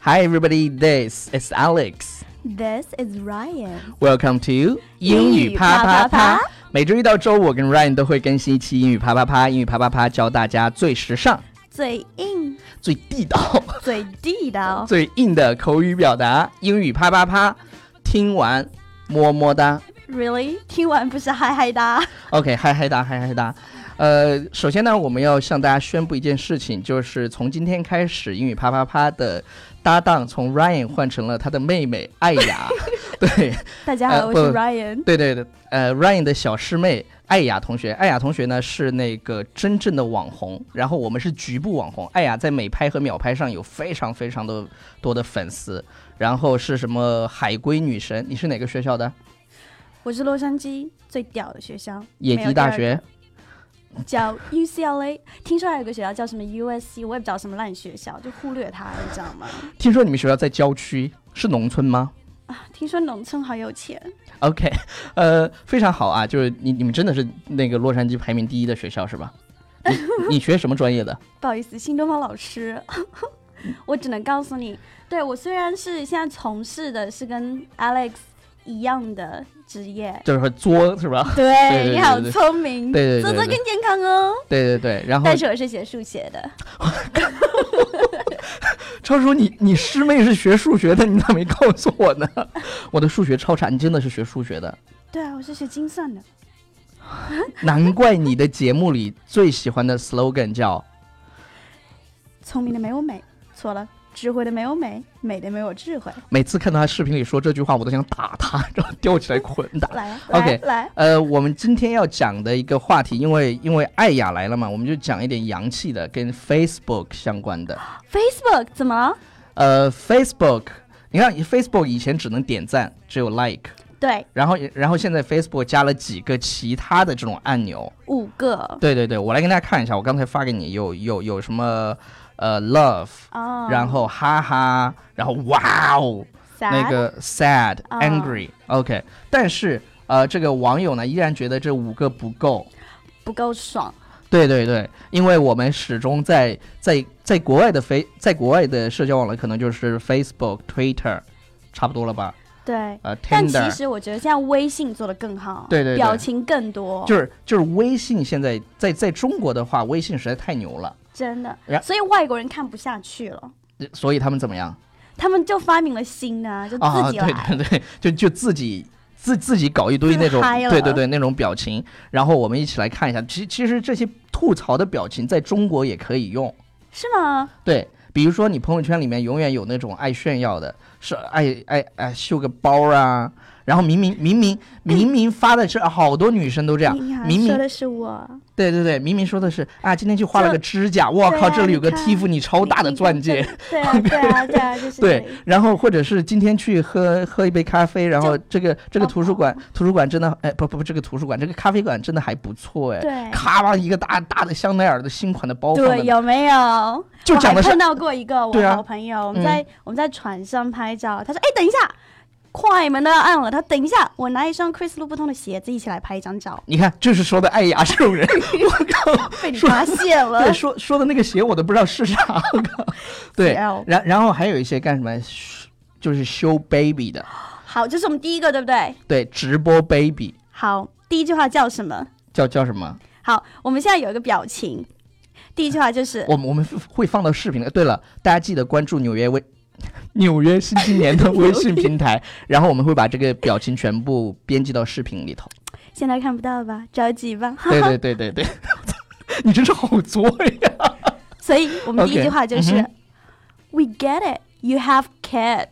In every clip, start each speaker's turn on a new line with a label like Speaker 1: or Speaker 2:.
Speaker 1: Hi, everybody. This is Alex.
Speaker 2: This is Ryan.
Speaker 1: Welcome to
Speaker 2: 英
Speaker 1: 英
Speaker 2: 语
Speaker 1: 语
Speaker 2: 啪
Speaker 1: 啪
Speaker 2: 啪
Speaker 1: 啪
Speaker 2: 啪
Speaker 1: 啪。每周一到周五，我跟 Ryan 都会更新一期英语啪啪啪。英语啪啪啪教大家最时 尚、
Speaker 2: 最硬、
Speaker 1: 最地道、
Speaker 2: 最地道，
Speaker 1: 最硬的口语表达。英语啪啪啪，听完么么哒。
Speaker 2: really 听完不是嗨嗨哒。
Speaker 1: OK，嗨嗨哒，嗨嗨哒。呃，首先呢，我们要向大家宣布一件事情，就是从今天开始，英语啪啪啪的搭档从 Ryan 换成了他的妹妹艾 雅。对，
Speaker 2: 大家好，
Speaker 1: 呃
Speaker 2: 我是
Speaker 1: 不
Speaker 2: Ryan。
Speaker 1: 对对对，呃，Ryan 的小师妹艾雅同学，艾雅同学呢是那个真正的网红，然后我们是局部网红。艾雅在美拍和秒拍上有非常非常的多的粉丝，然后是什么海归女神？你是哪个学校的？
Speaker 2: 我是洛杉矶最屌的学校，
Speaker 1: 野
Speaker 2: 没有
Speaker 1: 鸡
Speaker 2: 第二
Speaker 1: 大
Speaker 2: 个
Speaker 1: 学。
Speaker 2: 叫 UCLA。听说还有个学校叫什么 USC，我也不知道什么烂学校，就忽略它，你知道吗？
Speaker 1: 听说你们学校在郊区，是农村吗
Speaker 2: 啊，听说农村好有钱，
Speaker 1: ？OK，呃， 非常好啊，就是你你们真的是那个洛杉矶排名第一的学校是吧？你你学什么专业的？
Speaker 2: 不好意思，新东方老师， 我只能告诉你，对我虽然是现在从事的是跟 Alex 一样的职业，
Speaker 1: 就是说作是吧？
Speaker 2: 对
Speaker 1: 对
Speaker 2: 你
Speaker 1: 对
Speaker 2: 好
Speaker 1: 对
Speaker 2: 聪明，
Speaker 1: 对对对
Speaker 2: 做做
Speaker 1: 对
Speaker 2: 更健康哦。
Speaker 1: 对对对，然后
Speaker 2: 但是我是学数学的，
Speaker 1: 超叔，你你师妹是学数学的，你咋没告诉我呢？ 我的数学超差，你真的是学数学的，
Speaker 2: 对啊，我是学精算的。
Speaker 1: 难怪你的节目里最喜欢的 slogan 叫
Speaker 2: 聪明的没我美，错了，智慧的没我美，美的没我智慧。
Speaker 1: 每次看到他视频里说这句话，我都想打他，然后吊起来捆打。
Speaker 2: 来啊
Speaker 1: OK
Speaker 2: 来来，
Speaker 1: 呃，我们今天要讲的一个话题，因为因为艾雅来了嘛，我们就讲一点洋气的，跟 Facebook 相关的。
Speaker 2: Facebook 怎么了？
Speaker 1: 呃，Facebook，你看 Facebook 以前只能点赞，只有 like，
Speaker 2: 对，
Speaker 1: 然后然后现在 Facebook 加了几个其他的这种按钮，
Speaker 2: 五个
Speaker 1: 对对对，我来跟大家看一下，我刚才发给你有有有什么呃 love，、
Speaker 2: 啊，
Speaker 1: 然后哈哈，然后哇哦，
Speaker 2: sad,
Speaker 1: 那个 sad、
Speaker 2: 啊
Speaker 1: angry，OK，、但是呃这个网友呢依然觉得这五个不够。
Speaker 2: 不够爽，
Speaker 1: 对对对，因为我们始终在在在国外的非在国外的社交网络可能就是 Facebook、Twitter，差不多了吧？
Speaker 2: 对。
Speaker 1: 呃
Speaker 2: 但其
Speaker 1: ，Tinder，
Speaker 2: 实我觉得现在微信做的更好，
Speaker 1: 对对对
Speaker 2: 表情更多，
Speaker 1: 就是就是微信现在在在中国的话，微信实在太牛了，
Speaker 2: 真的
Speaker 1: 然，
Speaker 2: 所以外国人看不下去了，
Speaker 1: 所以他们怎么样？
Speaker 2: 他们就发明了新的啊，就自
Speaker 1: 啊，
Speaker 2: 己
Speaker 1: 对
Speaker 2: 来，
Speaker 1: 对对，就就自己自自己搞一堆
Speaker 2: 自
Speaker 1: 那种
Speaker 2: 嗨，了
Speaker 1: 对对对，那种表情，然后我们一起来看一下。其其实这些吐槽的表情在中国也可以用，
Speaker 2: 是吗？
Speaker 1: 对，比如说你朋友圈里面永远有那种爱炫耀的，是爱爱爱秀个包啊，然后明明明
Speaker 2: 嗯
Speaker 1: 明明明发的是好多女生都这样，
Speaker 2: 你好，
Speaker 1: 明
Speaker 2: 啊说
Speaker 1: 明
Speaker 2: 的是我，
Speaker 1: 对对对，明明说的是啊，今天去画了
Speaker 2: 就
Speaker 1: 个指甲，我
Speaker 2: 对
Speaker 1: 靠，
Speaker 2: 啊
Speaker 1: 这里有个
Speaker 2: 你看
Speaker 1: Tiffany 超大的
Speaker 2: 你
Speaker 1: 钻戒，，
Speaker 2: 你看这个对啊，对啊，对啊，就是这
Speaker 1: 对
Speaker 2: 里，
Speaker 1: 然后或者是今天去喝喝一杯咖啡，然后这个这个
Speaker 2: 哦
Speaker 1: 图书馆图书馆真的，哎，不不不，这个图书馆这个咖啡馆真的还不错哎。
Speaker 2: 对
Speaker 1: 咔吧一个大大的香奈儿的新款的包放在
Speaker 2: 对，
Speaker 1: 那，
Speaker 2: 有没有？
Speaker 1: 就
Speaker 2: 我
Speaker 1: 讲
Speaker 2: 还
Speaker 1: 的是
Speaker 2: 碰到过一个我
Speaker 1: 对啊
Speaker 2: 好朋友，我
Speaker 1: 嗯，
Speaker 2: 们在、我们在船上拍照，他说：“哎，等一下，快门都要按了。”他说等一下，我拿一双 Chris 路不通的鞋子一起来拍一张照
Speaker 1: 你看，就是说的艾雅这种 人，我靠，
Speaker 2: 被你
Speaker 1: 说
Speaker 2: 发现了
Speaker 1: 对，。说说的那个鞋我都不知道是啥，我 靠，对，
Speaker 2: CL
Speaker 1: 然然后还有一些干什么，就是修 baby 的，
Speaker 2: 好，这是我们第一个，对不对？
Speaker 1: 对，直播 baby
Speaker 2: 好，第一句话叫什么？
Speaker 1: 叫叫什么？
Speaker 2: 好，我们现在有一个表情，第一句话就是
Speaker 1: 我们我们会放到视频的。对了，大家记得关注纽约微纽约新青年的微信平 台，然后我们会把这个表情全部编辑到视频里头。
Speaker 2: 现在看不到吧，着急吧。
Speaker 1: 对对对对 对，你真是好作呀！
Speaker 2: 所以我们第一
Speaker 1: OK，
Speaker 2: 句话就是、
Speaker 1: 嗯
Speaker 2: w e get it, you have kids。”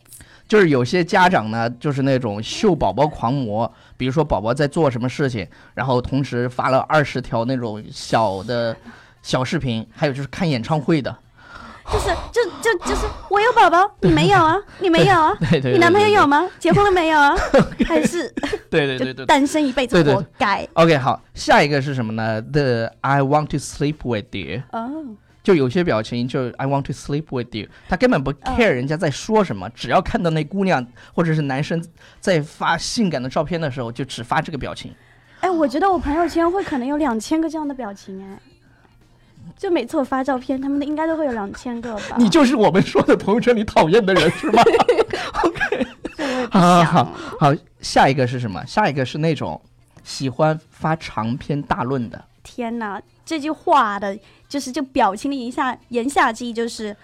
Speaker 1: 就是有些家长呢，就是那种秀宝宝狂魔，比如说宝宝在做什么事情，然后同时发了二十条那种小的小视频，还有就是看演唱会的，
Speaker 2: 就是就就就是我有宝宝，你没有啊？你没有啊？
Speaker 1: 对对对对
Speaker 2: 你男朋友有 吗？结婚了没有啊？还是
Speaker 1: 对对对
Speaker 2: 就
Speaker 1: 对。
Speaker 2: 单身一辈子
Speaker 1: 对对
Speaker 2: 活该？
Speaker 1: OK，好，下一个是什么呢？The I want to sleep with you。
Speaker 2: 哦，
Speaker 1: 就有些表情，就 I want to sleep with you，他根本不
Speaker 2: 嗯
Speaker 1: care 人家在说什么，只要看到那姑娘或者是男生在发性感的照片的时候，就只发这个表情。
Speaker 2: 哎，我觉得我朋友圈会可能有两千个这样的表情哎，就每次我发照片，他们的应该都会有两千个吧。
Speaker 1: 你就是我们说的朋友圈里讨厌的 人是吗？好
Speaker 2: 这我也不
Speaker 1: 好
Speaker 2: 想。
Speaker 1: 好好，下一个是什么？下一个是那种喜欢发长篇大论的。
Speaker 2: 天哪，这句话的就是这表情的言下言下之意就是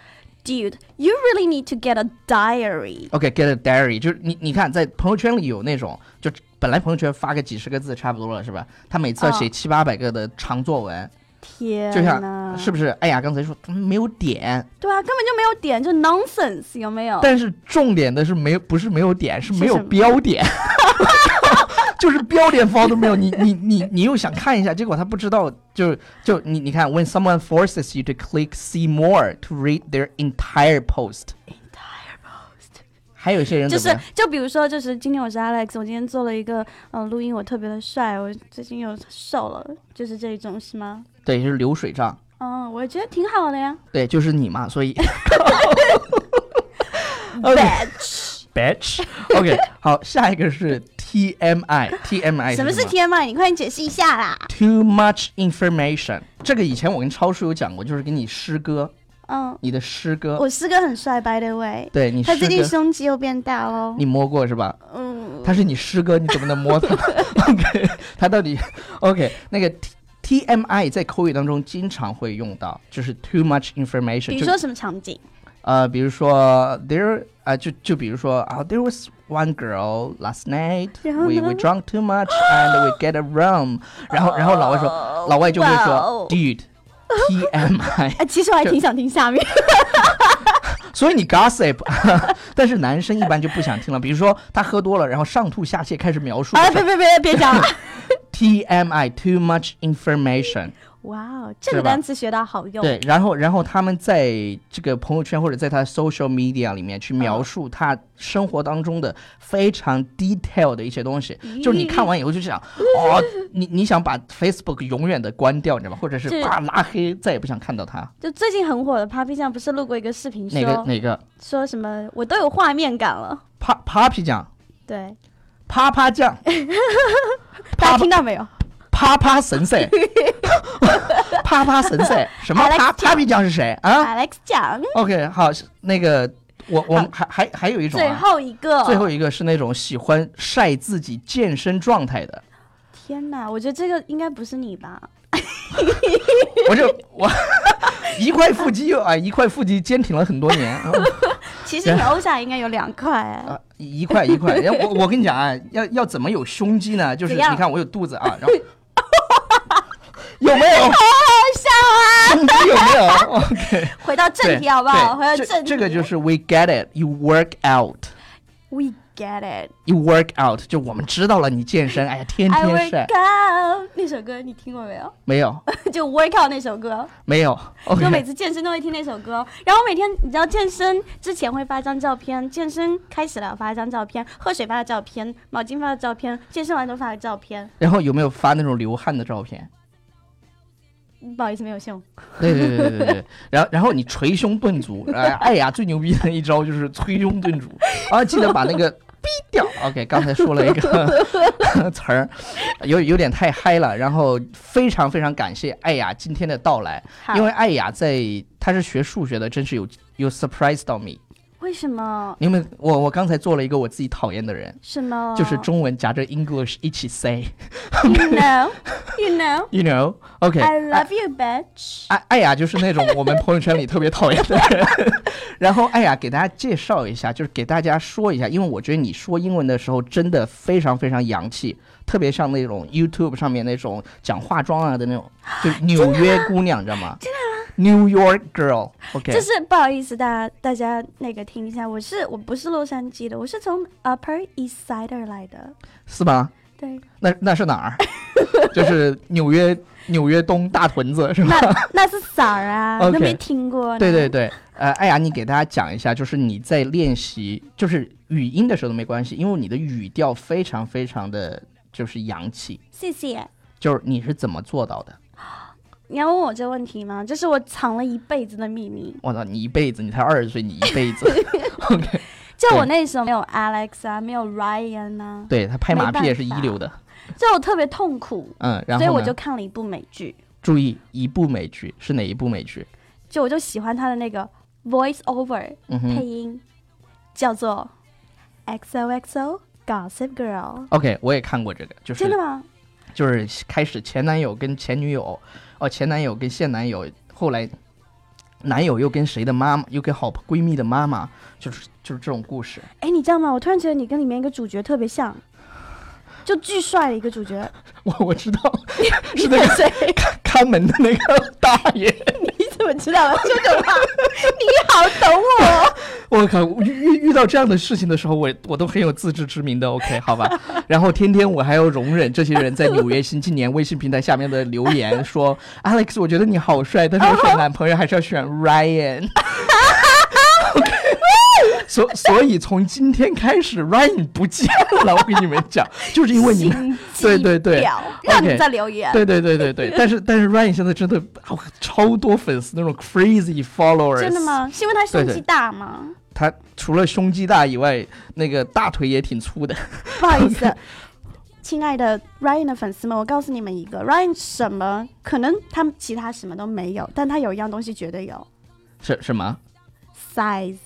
Speaker 2: ，Dude, you really need to get a diary。
Speaker 1: OK，get、a diary，就是你你看，在朋友圈里有那种，就本来朋友圈发个几十个字差不多了，是吧？他每次要写
Speaker 2: 嗯
Speaker 1: 七八百个的长作文，
Speaker 2: 天
Speaker 1: 就
Speaker 2: 哪，
Speaker 1: 像是不是？哎呀，刚才说他没有点，
Speaker 2: 对啊，根本就没有点，就 nonsense，有没有？
Speaker 1: 但是重点的是没有，不是没有点，是
Speaker 2: 是
Speaker 1: 没有
Speaker 2: 什么
Speaker 1: 标点， 就是标点符号都没有。你你你你又想看一下，结果他不知道，就就你你看，when someone forces you to click see more to read their entire post，还有一些人
Speaker 2: 就
Speaker 1: 怎么
Speaker 2: 是
Speaker 1: 样？，
Speaker 2: 就比如说，就是今天我是 Alex，我今天做了一个呃录音，我特别的帅，我最近又瘦了，就是这种是吗？
Speaker 1: 对，就是流水账。
Speaker 2: 嗯，我觉得挺好的呀。
Speaker 1: 对，就是你嘛，所以
Speaker 2: Bitch，
Speaker 1: bitch。OK，好，下一个是 TMI。TMI
Speaker 2: 什
Speaker 1: 么
Speaker 2: 么是 TMI？你快点解释一下啦。
Speaker 1: Too much information。这个以前我跟超叔有讲过，就是给你诗歌，
Speaker 2: 嗯，
Speaker 1: 你的诗歌，
Speaker 2: 我师哥很帅，by the way，
Speaker 1: 对呃你
Speaker 2: 他
Speaker 1: 诗
Speaker 2: 最近
Speaker 1: 歌，
Speaker 2: 胸肌又变大喽。
Speaker 1: 你摸过是吧？
Speaker 2: 嗯，
Speaker 1: 他是你师哥，你怎么能摸 他？OK，他到底 OK 那个 T。TMI 在口语当中经常会用到，就是 too much information。
Speaker 2: 比
Speaker 1: 就
Speaker 2: 如说什么场景？
Speaker 1: 呃，比如说 there 啊、就就比如说啊、t h e r e was one girl last night
Speaker 2: 然后
Speaker 1: we
Speaker 2: 呢
Speaker 1: we drunk too much and we get a room，然后然后老外说、
Speaker 2: 哦
Speaker 1: 老外就会说、
Speaker 2: 哇哦
Speaker 1: dude TMI，
Speaker 2: 哎，其实我还挺想听下 面。
Speaker 1: 所以你 gossip，但 是男生一般就不想听了，比如说他喝多了，然后上吐下泻开始描述
Speaker 2: 哎，别别别别 讲了。
Speaker 1: TMI too much information，
Speaker 2: 哇哦，这
Speaker 1: 是
Speaker 2: 个
Speaker 1: 吧
Speaker 2: 单词学到好用。
Speaker 1: 对，然后然后他们在这个朋友圈或者在他 social media 里面去描述他生活当中的非常 detail 的一些东西，就是你看完以后就想，哦，你你想把 Facebook 永远的关掉，你知道吗？或者是
Speaker 2: 是
Speaker 1: 把拉黑，再也不想看到他。
Speaker 2: 就最近很火的 Papi 酱不是录过一个视频
Speaker 1: 哪个
Speaker 2: 说
Speaker 1: 哪个
Speaker 2: 说什么我都有画面感了。
Speaker 1: 啪 Papi 酱，
Speaker 2: 对，
Speaker 1: 啪啪酱，
Speaker 2: 大
Speaker 1: 啪
Speaker 2: 家听到没有
Speaker 1: 啪啪神社， 啪啪神社，什么
Speaker 2: Alex
Speaker 1: 啪 Papi 酱是谁啊
Speaker 2: ？Alex 讲
Speaker 1: ？OK，好，那个我我们还还还有一种
Speaker 2: 最
Speaker 1: 啊。
Speaker 2: 后一个。
Speaker 1: 最后一个是那种喜欢晒自己健身状态的，
Speaker 2: 天哪，我觉得这个应该不是你 吧？
Speaker 1: 我就我 一块腹肌啊，一块腹肌坚挺了很多年啊
Speaker 2: 其实你欧下应该有两 块哎。
Speaker 1: 啊，一块一块。然后我我跟你讲啊，要要怎么有胸肌呢？就是
Speaker 2: 怎样
Speaker 1: 你看我有肚子啊，然后 有没有
Speaker 2: 好
Speaker 1: 胸肌有没有？OK，
Speaker 2: 笑啊啊！回到正
Speaker 1: 对
Speaker 2: 题好不好？
Speaker 1: 对
Speaker 2: 回到
Speaker 1: 这
Speaker 2: 正题。
Speaker 1: 这个就是 we get it, you work out。
Speaker 2: We get it.
Speaker 1: You work out，就我们知道了，你健身，哎呀，天
Speaker 2: I
Speaker 1: 天晒
Speaker 2: work，out 那首歌你听过没有？
Speaker 1: 没有，
Speaker 2: 就 work out 那首歌。
Speaker 1: 没 有，OK，
Speaker 2: 就每次健身都会听那首歌，然后每天你知道健身之前会发一张照片，健身开始了发一张照片，喝水发的照片，毛巾发的照片，健身完之后发的照片，
Speaker 1: 然后有没有发那种流汗的照 片？
Speaker 2: 不好意思没有用，
Speaker 1: 对对对对对对，然后然后你捶胸顿足，哎哎呀，最牛逼的一招就是捶胸顿足啊！记得把那 个逼掉。OK，刚才说了一个 词儿，有有点太嗨了。然后非常非常感谢艾雅今天的到来，
Speaker 2: 好
Speaker 1: 因为艾雅在她是学数学的，真是有有 surprise 到 me。
Speaker 2: 为什么？
Speaker 1: 你们我我刚才做了一个我自己讨厌的人，
Speaker 2: 什么？
Speaker 1: 就是中文夹着 English 一起 say，you
Speaker 2: You know, you know,
Speaker 1: know？OK，、
Speaker 2: I love you, bitch。
Speaker 1: 艾艾雅就是那种我们朋友圈里特别讨厌的人。 然后艾雅给大家介绍一下，就是给大家说一下，因为我觉得你说英文的时候真的非常非常洋气，特别像那种 YouTube 上面那种讲化妆啊的那种，就纽约姑娘，你知道 吗？真的 New York girl，OK，、
Speaker 2: 就是不好意思，大家大家那个听一下，我是我不是洛杉矶的，我是从 Upper East Side 而来的。
Speaker 1: 是吗？
Speaker 2: 对，
Speaker 1: 那那是哪 儿？就是纽约纽约东大屯子是吗？
Speaker 2: 那那是啥儿 啊？
Speaker 1: OK
Speaker 2: 都没听过呢。
Speaker 1: 对对对，呃，艾雅，你给大家讲一下，就是你在练习，就是语音的时候都没关系，因为你的语调非常非常的就是洋气，
Speaker 2: 谢谢。
Speaker 1: 就是你是怎么做到的？
Speaker 2: 你要问我这个问题吗？这是我藏了一辈子的秘密。
Speaker 1: 我操，你一辈子，你才二十岁，你一辈 子，OK，
Speaker 2: 就
Speaker 1: 对
Speaker 2: 我那时候没有 Alex 啊，没有 Ryan 啊，
Speaker 1: 对他拍马
Speaker 2: 没办
Speaker 1: 屁也是一
Speaker 2: 法
Speaker 1: 流的，
Speaker 2: 就我特别痛苦，
Speaker 1: 嗯，然
Speaker 2: 所以
Speaker 1: 后
Speaker 2: 我
Speaker 1: 呢
Speaker 2: 就看了一部美剧，
Speaker 1: 注意一部美剧是哪一部美剧？
Speaker 2: 就我就喜欢他的那个 voice over
Speaker 1: 嗯
Speaker 2: 配
Speaker 1: 哼
Speaker 2: 音，叫做 XOXO Gossip Girl。
Speaker 1: ，OK，我也看过这个，就是
Speaker 2: 真的吗？
Speaker 1: 就是开始前男友跟前女友，哦，前男友跟现男友，后来男友又跟谁的妈妈，又跟好闺蜜的妈妈，就是就是这种故事。
Speaker 2: 哎，你知道吗？我突然觉得你跟里面一个主角特别像，就巨帅的一个主角。
Speaker 1: 我我知道
Speaker 2: 你
Speaker 1: 是那个
Speaker 2: 谁？
Speaker 1: 看门的那个大爷，
Speaker 2: 你怎么知 道我说这种话？你好懂我。
Speaker 1: 我靠，遇遇遇到这样的事情的时候，我我都很有自知之明的。OK，好 吧，然后天天我还要容忍这些人在纽约新青年微信平台下面的留言说，Alex，我觉得你好帅，但是我选男朋友还是要选 Ryan。OK，所所以从今天开始，Ryan 不见了。我跟你们讲，就是因为你们。
Speaker 2: 心 机
Speaker 1: 对对对
Speaker 2: 婊让你
Speaker 1: OK
Speaker 2: 在留言。
Speaker 1: 对对对对对，但是但是 Ryan 现在真的、哦超多粉丝那种 crazy followers，
Speaker 2: 真的？吗？是因为他
Speaker 1: 对
Speaker 2: 胸
Speaker 1: 对
Speaker 2: 肌大吗？
Speaker 1: 他除了胸肌大以外，那个大腿也挺 粗的。
Speaker 2: 不好意思，亲爱的 Ryan 的粉丝们，我告诉你们一个，Ryan 什么可能他们其他什么都没有，但他有一样东西绝对有
Speaker 1: 是什么？
Speaker 2: size。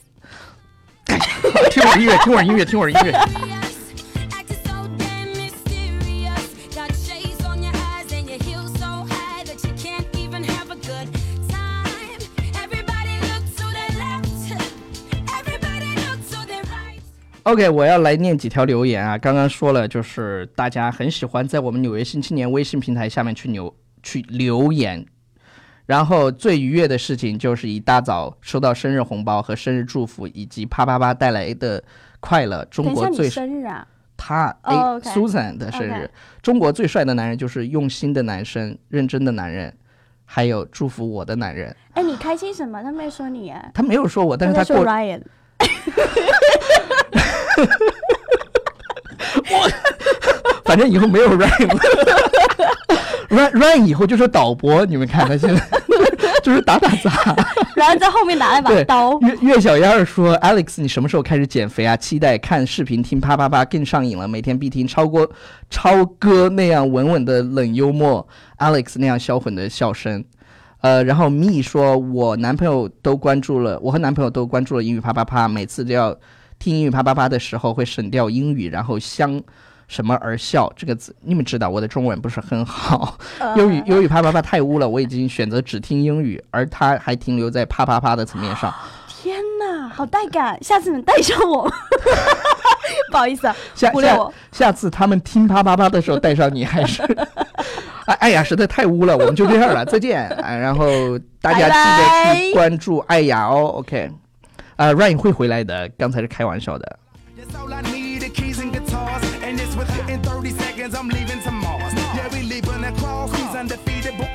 Speaker 1: 听会儿音乐，听会儿音乐，听会儿音乐。
Speaker 3: Acting so damn mysterious. Got shades on your eyes and your heels so high that you can't even have a good time. Everybody look to their left. Everybody look to their right.
Speaker 1: OK，我要来念几条留言啊。刚刚说了，就是大家很喜欢在我们纽约新青年微信平台下面去留去留言。然后最愉悦的事情就是一大早收到生日红包和生日祝福，以及啪啪啪带来的快乐。中
Speaker 2: 等一下，
Speaker 1: 国最
Speaker 2: 你生日 啊？
Speaker 1: 他
Speaker 2: 哦
Speaker 1: A、
Speaker 2: OK
Speaker 1: Susan 的生日
Speaker 2: OK
Speaker 1: 中国最帅的男人就是用心的男生、认真的男人，还有祝福我的男人。
Speaker 2: 哎，你开心什么？他没说你哎，
Speaker 1: 他没有说我，但是
Speaker 2: 在
Speaker 1: 他
Speaker 2: 说
Speaker 1: 过
Speaker 2: Ryan。
Speaker 1: 反正以后没有 Ryan 了 ，Ryan Ryan 以后就是导播，你们看他现在 就是打打杂。
Speaker 2: Ryan 在后面拿了一把
Speaker 1: 对
Speaker 2: 刀，
Speaker 1: 岳岳小燕儿说：“Alex，你什么时候开始减肥啊？期待看视频听啪啪啪更上瘾了，每天必听超过超哥那样稳稳的冷幽默，Alex 那样销魂的笑声。”呃，然后蜜说：“我男朋友都关注了，我和男朋友都关注了英语啪啪啪，每次都要听英语啪啪啪的时候会省掉英语，然后相什么而笑这个字，你们知道我的中文不是很好。”
Speaker 2: 呃
Speaker 1: 英语英语啪啪啪太污了，我已经选择只听英语，而他还停留在啪啪啪的层面上。
Speaker 2: 啊天哪，好带感！下次能带上我 吗？不好意思啊，
Speaker 1: 下
Speaker 2: 忽略
Speaker 1: 下
Speaker 2: 我。
Speaker 1: 下次他们听啪啪啪的时候带上你还是， 哎哎呀，实在太污了，我们就这样了，再见。哎，然后大家记
Speaker 2: 拜
Speaker 1: 得
Speaker 2: 拜
Speaker 1: 去关注艾雅哦，OK。啊，Ryan 会回来的，刚才是开玩笑的。
Speaker 4: That's all I need, the keys and guitars. And it's within 30 seconds, I'm leaving to Mars. Yeah, we leaving across these undefeatable